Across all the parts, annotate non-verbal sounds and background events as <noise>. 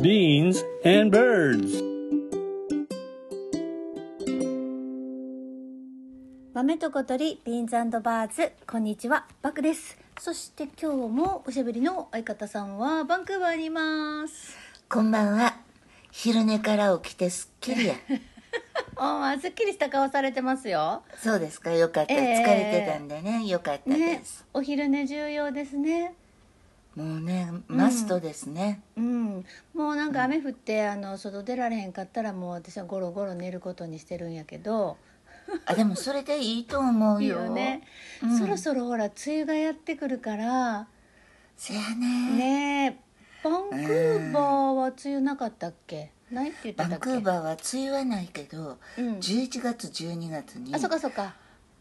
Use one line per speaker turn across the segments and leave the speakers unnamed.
beans and birds.
豆と小鳥ビーンズバーズこんにちはバクですそして今日もおしゃべりの相方さんはバンクーバーにいます
こんばんは。昼寝から起きてすっ
<laughs>
きりや。
おーすっきりした顔されてますよ
そうですか、よかった。
ええ
疲れてたんでね、よかったで
ね
す。
お昼寝重要ですね
もうね、マストですね。
うんもうなんか雨降って、あの外出られへんかったらもう私はゴロゴロ寝ることにしてるんやけど
あ、でもそれでいいと思う
いい
よ。
よね、
うん
そろそろほら梅雨がやってくるから
せやね。
ねえバンクーバーは梅雨なかったっけないって言って
バ
たっけ
ンクーバーは梅雨はないけど、
うん
11月12月に
あそっかそっか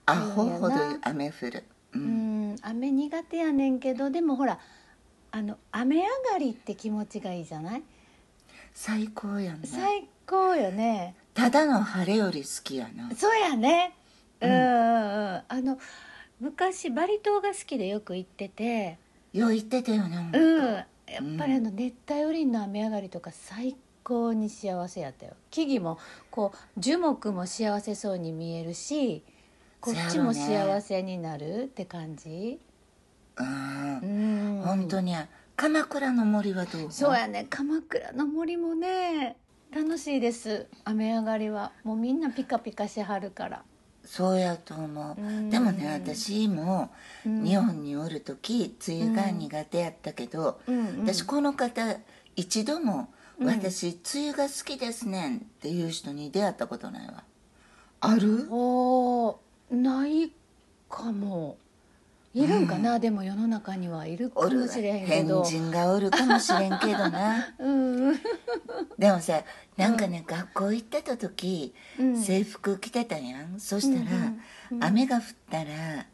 アホほど
いいよな
雨降る、う
うんん雨苦手やねんけどでもほらあの雨上がりって気持ちがいいじゃない
最高やな
最高よね
ただの晴れより好きやな
そうやねうんうんうんあの昔バリ島が好きでよく行ってて
よう言ってたよね、
うんやっぱりあの熱帯雨林の雨上がりとか最高に幸せやったよ木々もこう樹木も幸せそうに見えるしこっちも
そうやろね
幸せになるって感じ
うん
うん
本当に鎌倉の森はどう
そうやね鎌倉の森もね楽しいです雨上がりはもうみんなピカピカしはるから
そうやと思
う
う、
ん
でもね私も
うん
日本におる時梅雨が苦手やったけど、
うんうん
私この方一度も「私梅雨が好きですねん」っていう人に出会ったことないわある
おーないかもいるんかな、でも世の中にはいる
お
か
る
も
わ
しれへんけ
変
ど
人がおるかもしれんけどな
<laughs> うんうん
でもさなんかね、学校行ってた時、
うん
制服着てたやんそしたら、
うん
雨が降ったら、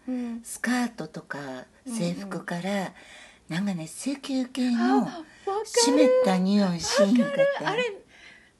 うん
スカートとか制服から、なんかね石油系
あわ
の
か
湿
る
った匂いしんかった
あれ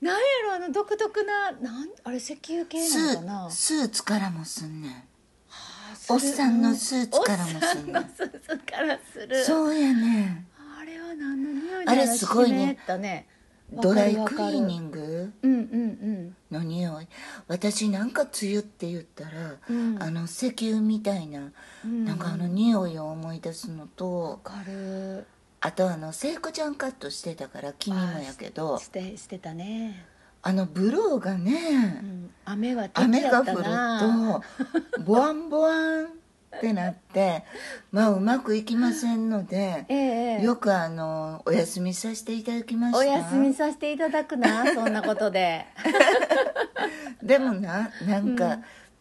なんやろあの独特ななんあれ石油系
ス
なのかな
ースーツからもすんねん
あする
おっさんのスーツからもす
うんん
ね
おっさん
ん
のスーツからする
そうやね
あれは何の匂い
あれすごいね
湿ったね
んドライクリーニ
グ
ング
うんうん
の匂い私なんか梅雨って言ったら、
うん
あの石油みたいな、
うん
なんかあの匂いを思い出すの
わ
と
かる
あとあの聖子ちゃんカットしてたから君もやけど
してしてたね、
あのブローがね、
うん、雨は敵
雨
や
が
ったな
降るとボワンボワンってなってまあうまくいきませんので
ええええ
よくあのお休みさせていただきました
お休みさせていただく
<laughs>
なそんなことで
でもななんか、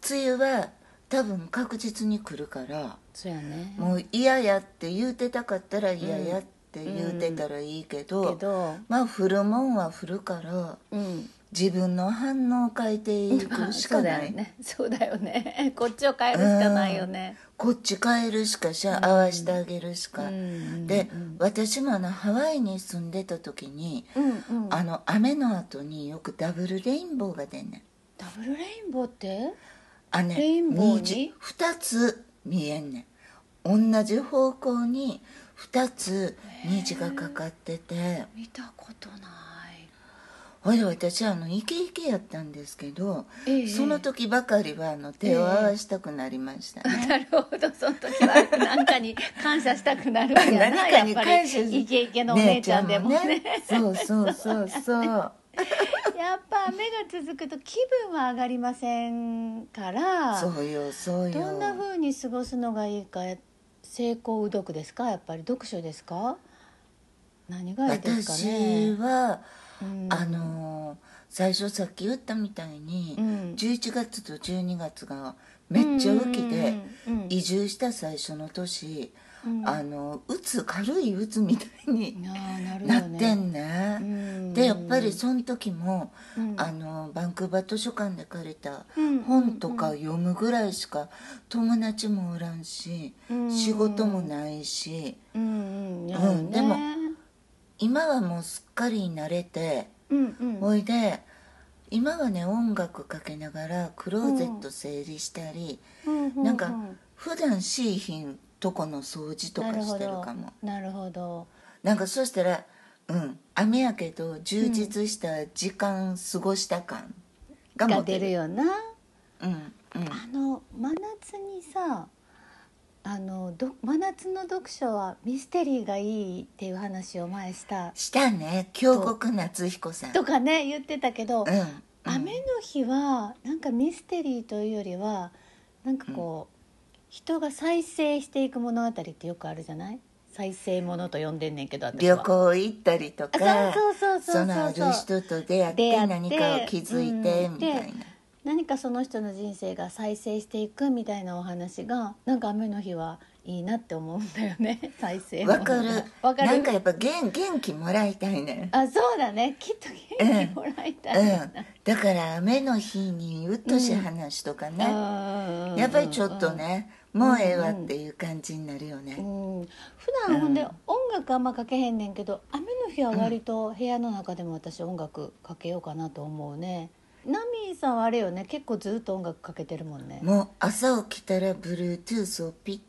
梅雨は多分確実に来るから
そうやね
もう嫌やって言うてたかったら嫌やって言うてたらいいけど,、
けど
まあ降るもんは降るから
うん
自分の反応を変えていくしかない、
<laughs> そうだよねそうだよねこっちを変えるしかないよね
こっち変えるしかしゃ合わせてあげるしか、
うん
で私もあのハワイに住んでた時に、
うんうん
あの雨の後によくダブルレインボーが出んねん
ダブルレインボーって
あね
レインボーに
2つ見えんねん同じ方向に2つ虹がかかってて
見たことない
ほいで私あのイケイケやったんですけど、
ええ
その時ばかりはあの手を合わしたくなりましたね、
<laughs> なるほどその時は何かに感謝したくなるんやな
<laughs> 何かに
やっぱ
感謝する
りイケイケのお姉ちゃんでもね
姉ちゃんもねそうそうそうそ
<laughs>
う
やっぱ雨が続くと気分は上がりませんから
そうよそうよ
どんな風に過ごすのがいいか成功うどくですかやっぱり読書ですか何がいいですか
私
ね
は、
うん
あのー最初さっき言ったみたいに、
うん
11月と12月がめっちゃ雨季で、
うんうんうん
移住した最初の年、
うん
あのうつ軽いうつみたいに
なあなるよ
な
ね
ってんね、
うん
でやっぱりその時も、
うん
あのバンクーバー図書館で借りた
うん
本とか読むぐらいしか友達もおらんし、
うん
仕事もないし
うんうんやるよね
うんでも今はもうすっかり慣れて。
うんうん
ほいで今はね音楽かけながらクローゼット整理したり、
うんう
なんか普段しいひんとこの掃除とかしてるかも
なるほどなるほど
なんかそうしたらうん、雨やけど充実した時間過ごした感が
が
持
出
て
るよな
うんうん
あの真夏にさあのど真夏の読書はミステリーがいいっていう話を前した
したね京極夏彦さん
とかね言ってたけど、
うんうん
雨の日はなんかミステリーというよりはなんかこう、人が再生していく物語ってよくあるじゃない再生ものと呼んでんねんけど私
旅
は
行行ったりと
あ
か
そうそうそうそうそう
そのある人と出会
出会っ
っ
て
て何かを気づいて
うん
みたいな
何かその人の人生が再生していくみたいなお話がなんか雨の日はいいなって思うんだよね <laughs> 再生もの
わ
が
かる
わかる
なんかやっぱ元元気もらいた
<laughs>
いね
あそうだねきっと元気もらいた
う
い <laughs>
ん
な、
だから雨の日にうっとうしい話とかね、
あー
やっぱりちょっとね、もうええわっていう感じになるよね、
うん普段ほんで音楽あんまかけへんねんけど雨の日は割と部屋の中でも私音楽かけようかなと思うねナミーさんはあれよね結構ずっと音楽かけてるもんね
もう朝起きたら Bluetooth をピ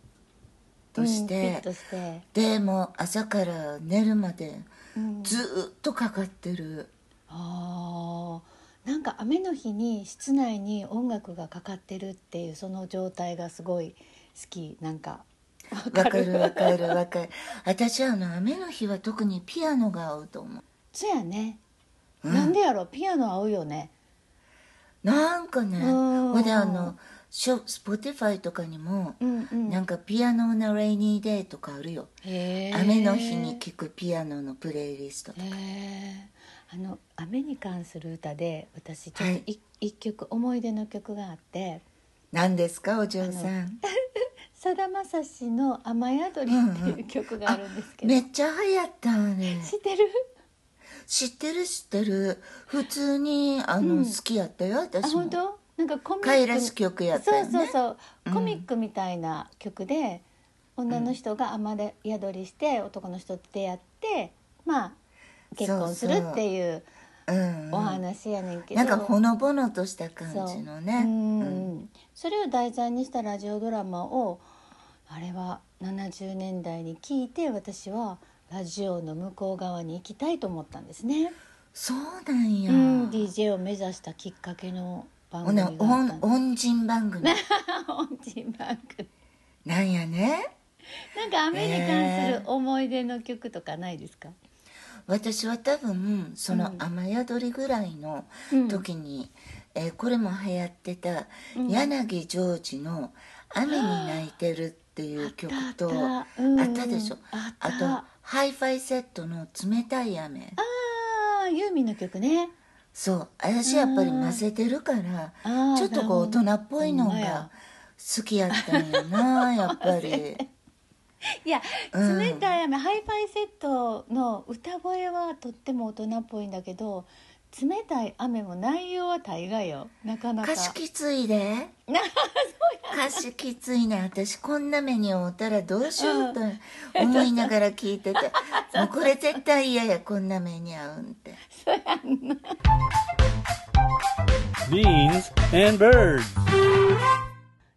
ッとし
うんピッ
て、
として、
でもう朝から寝るまで
うん
ずーっとかかってる、
あーなんか雨の日に室内に音楽がかかってるっていうその状態がすごい好きなんか
わかるわかるわかる私はあの雨の日は特にピアノが合うと思う
そやね、なんでやろピアノ合うよね
なんかね
うん
ほんであのショスポティファイとかにも、
うんうん
なんかピアノのレイニーデイとかあるよ、雨
雨
の日に聴くピアノのプレイリストとか、
へーあの雨に関する歌で私ちょっ
は
と
い
い一、曲思い出の曲があって
何ですかお嬢さん
さだまさしの「雨宿り」っていう曲があるんですけど、
めっちゃ流行ったあれ
知ってる
知ってる知ってる普通にあの、
うん
好きやったよ
あ
私も
本当なんかコミック
かいらしい曲やったよね
そうそうそう、
うん
コミックみたいな曲で女の人が雨宿りして男の人と出会ってまあ結婚するっていう
うんうん
お話やねんけど、
なんかほのぼのとした感
そう
じのね
うん
うん
それを題材にしたラジオドラマをあれは70年代に聞いて私はラジオの向こう側に行きたいと思ったんですね、
そうなんや、
うん、DJ を目指したきっかけの番
ほ
組があ
な
ったん
音
です
音人番
<laughs>
組
音痴番組
なんやね
なんか雨に関する思い出の曲とかないですか、
私は多分その雨宿りぐらいの時に、えーこれも流行ってた柳ジョージの「雨に泣いてる」っていう曲と
あ
あ
ったあったうん
ったでしょ
あった
あとハイファイセットの「冷たい雨
ああユーミンの曲ね」
そう私やっぱり混ぜてるから
あー
ちょっとこう
なるほど
大人っぽいの
ほんまや
が好きやったんやなやっぱ
<laughs>
り
いや「
うん
冷たい雨」ハイファイセットの歌声はとっても大人っぽいんだけど「冷たい雨」も内容は大概よなかなか
歌
<laughs>
詞きついで歌詞きついな私こんな目に遭うたらどうしようと思いながら聞
<laughs>
いててもうこれ絶対嫌やこんな目に遭うんって。
Beans and birds.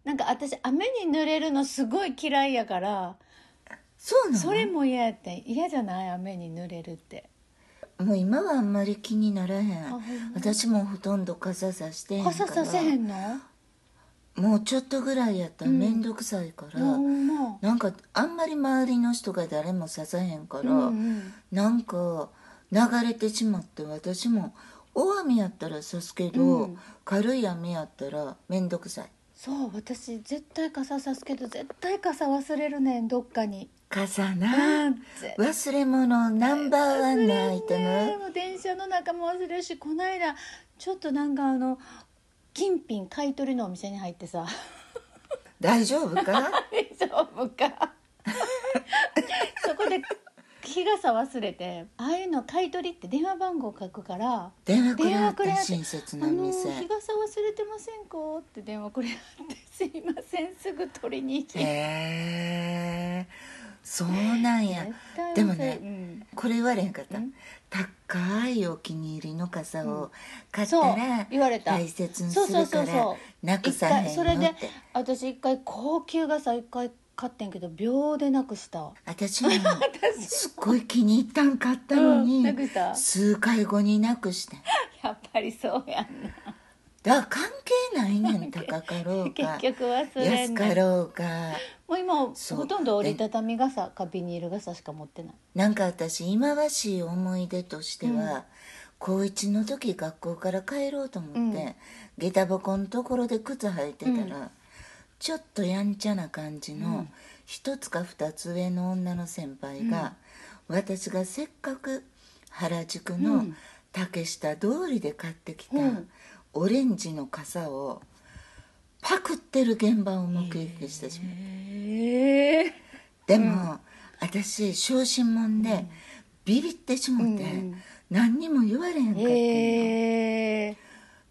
なんか私雨に濡れるのすごい嫌いやから
そうなの
それも嫌やって嫌じゃない雨に濡れるって
もう今はあんまり気にならへん
ほんま
私もほとんど傘さしてへんから
傘させへんの
もうちょっとぐらいやったら面倒くさいから、
ほんま
なんかあんまり周りの人が誰もささへんから、
うんうん
なんか流れてしまって私も大雨やったらさすけど、
うん
軽い雨やったら面倒くさい
そう私絶対傘さすけど絶対傘忘れるねんどっかに
傘
う
なん
絶
忘れ物ナンバーワンのアイテ
ね
ム
もう電車の中も忘れるしこの間ちょっとなんかあの金品買い取りのお店に入ってさ <laughs>
大丈夫か
大丈夫かそこで日傘忘れてああいうの買い取りって電話番号書くから
電話くれ
電
は
話
っ
くれは
た
って
親
「
切な
あの
店、
日傘忘れてませんか?」って電話くれはって「すいませんすぐ取りに行き」
へえそうなんや
絶対忘れ
でもね、
うん
これ言われへんかった
ん
高いお気に入りの傘を買った
そう
ら
言われた
大切に
そう
す
そう
る
そ
か
うそ
ら
う
なく
一
さへ
回
ん
それ
よ
で
って
私一回高級傘一回買ってんけど秒でなくした
私もすっごい気に入ったん買ったの
うん
に
なくした
数回後になくして
<laughs> やっぱりそうやんな
だから関係ないねん高かろうか
結局忘れ
安
ん
か
ね
ろうか
もう今
そう
ほとんど折りたたみ傘かビニール傘しか持ってない
なんか私忌まわしい思い出としては、高1の時学校から帰ろうと思って、下駄箱のところで靴履いてたら、ちょっとやんちゃな感じの一つか二つ上の女の先輩が、私がせっかく原宿
う
の
ん
竹下通りで買ってきた
うん
オレンジの傘をパクってる現場を目撃してしまった。
ええ
でも、私小心者でビビってしもって、
うん
何にも言われへんかったんよ
ええ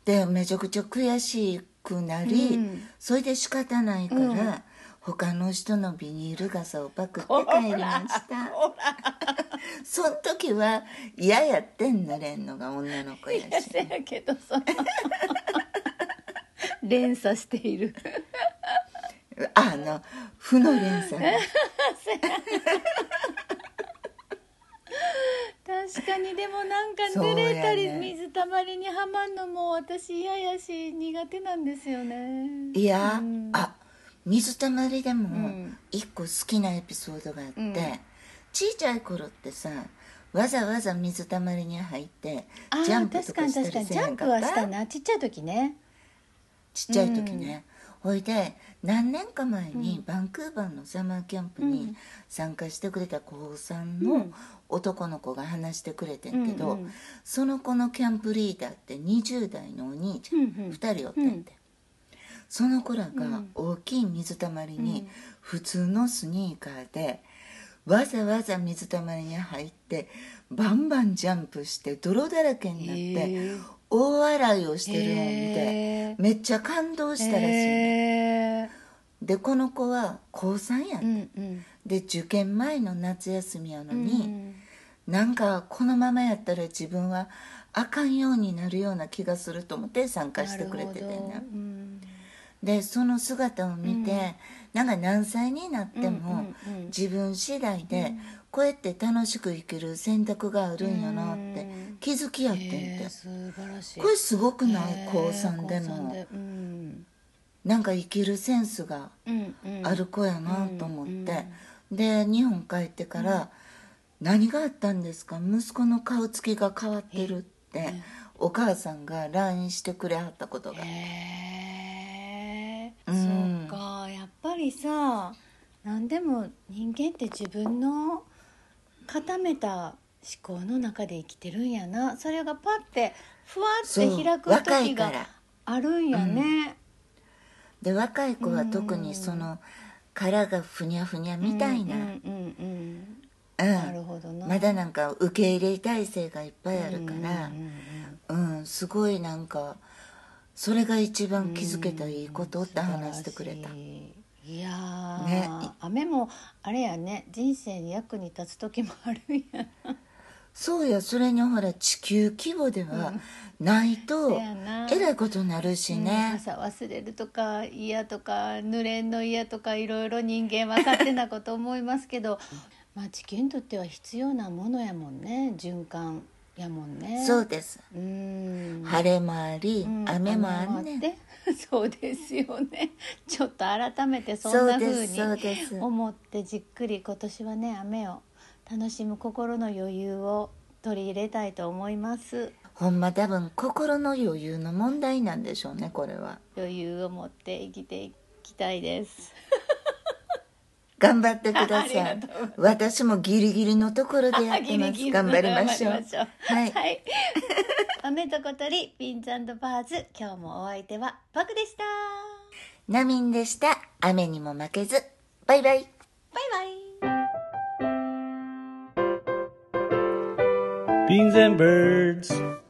でめちゃくちゃ悔しくなり、
うん
それで仕方ないから、
うん
他の人のビニール傘をパクって帰りま
<laughs>
したその時は嫌やってんなれんのが女の子やし
せ <laughs> やけどその連鎖している
あの負の連鎖が
確かにでもなんか
そうや
濡
ね
れたり水たまりにはまんのも私嫌やし苦手なんですよね
いや、
うん
あ水たまりで
う
も
ん
一個好きなエピソードがあって、
うん
ちいちゃい頃ってさわざわざ水たまりに入って
あー
ジャンプとかした
確か
り
に確かに
せ
ジ
えへ
ャ
ん
ン
か
プ
っ
は
た
したなちっちゃい時ね
ちっちゃい時ね、ほいで何年か前にバンクーバーのサマーキャンプ
う
に
ん
参加してくれた高3
う
の
ん
男の子が話してくれてんけど、
うんうん
その子のキャンプリーダーって20代のお兄ちゃ
う
ん、
んうん
2人おったんや
う
て、
ん
その子ら
う
が
ん
大きい水たまり
う
に
ん
普通のスニーカーでわざわざ水たまりに入ってバンバンジャンプして泥だらけになって、
へー
大笑いをしてるのを見
へ
て
ー
めっちゃ感動したらしい、
へ
でこの子は高3や、
ーうんうん
で受験前の夏休みやのに、
うん
なんかこのままやったら自分はあかんようになるような気がすると思って参加してくれててん
なるほど
な
うん
でその姿を見て、なんか何歳になっても、
うんうんうん
自分次第でこうやって楽しく生きる選択があるんやなって
うん
気づきやってんて、
へー素晴らしい
これすごくない
へー
高3でも
高三うん
なんか生きるセンスが
うんうん
ある子やなと思って、で日本帰ってから、何があったんですか息子の顔つきが変わってるってお母さんが LINE してくれはったことが
へえ、
うん
そっかやっぱりさ何でも人間って自分の固めた思考の中で生きてるんやなそれがパッてふわって
そう
開く
若い
時
か
が
ら
あるんやね
で若い子は特にその殻がふにゃふにゃみたいな、
う
うん
う
ん
んうんうんなるほどな
まだなんか受け入れ体制がいっぱいあるから
うんうん
うん、すごいなんかそれが一番気づけたいいことって話してくれ
素
た、
晴らしいいやー、
ね
雨もあれやね人生に役に立つ時もあるんや
そうやそれにほら地球規模ではないと
せやな
えらいことになるし
うん
ね、
傘忘れるとか嫌とか濡れんの嫌とかいろいろ人間は勝手なこと思いますけ
<laughs>
どまあ地球にとっては必要なものやもんね循環やもんね
そうです
うん
晴れもあり、
うん
雨もあんね
雨
ん
もあって <laughs> そうですよね <laughs> ちょっと改めてそん
そ
な
う
風
です
に
そうです
思ってじっくり今年はね雨を楽しむ心の余裕を取り入れたいと思います
ほんま多分心の余裕の問題なんでしょうねこれは
余裕を持って生きていきたいです
頑張って <laughs> くだ
あ
さい
りがとうございます
私もギリギリのと <laughs> ころでやって
ギ
ま
リ
す
ギリ
頑張りましょう
頑張り
はい
はい、
<laughs>
雨と小鳥ピンズバーズ今日もお相手はパクでした
ナミンでした雨にも負けずバイバイ
バイバイ
Beans and birds.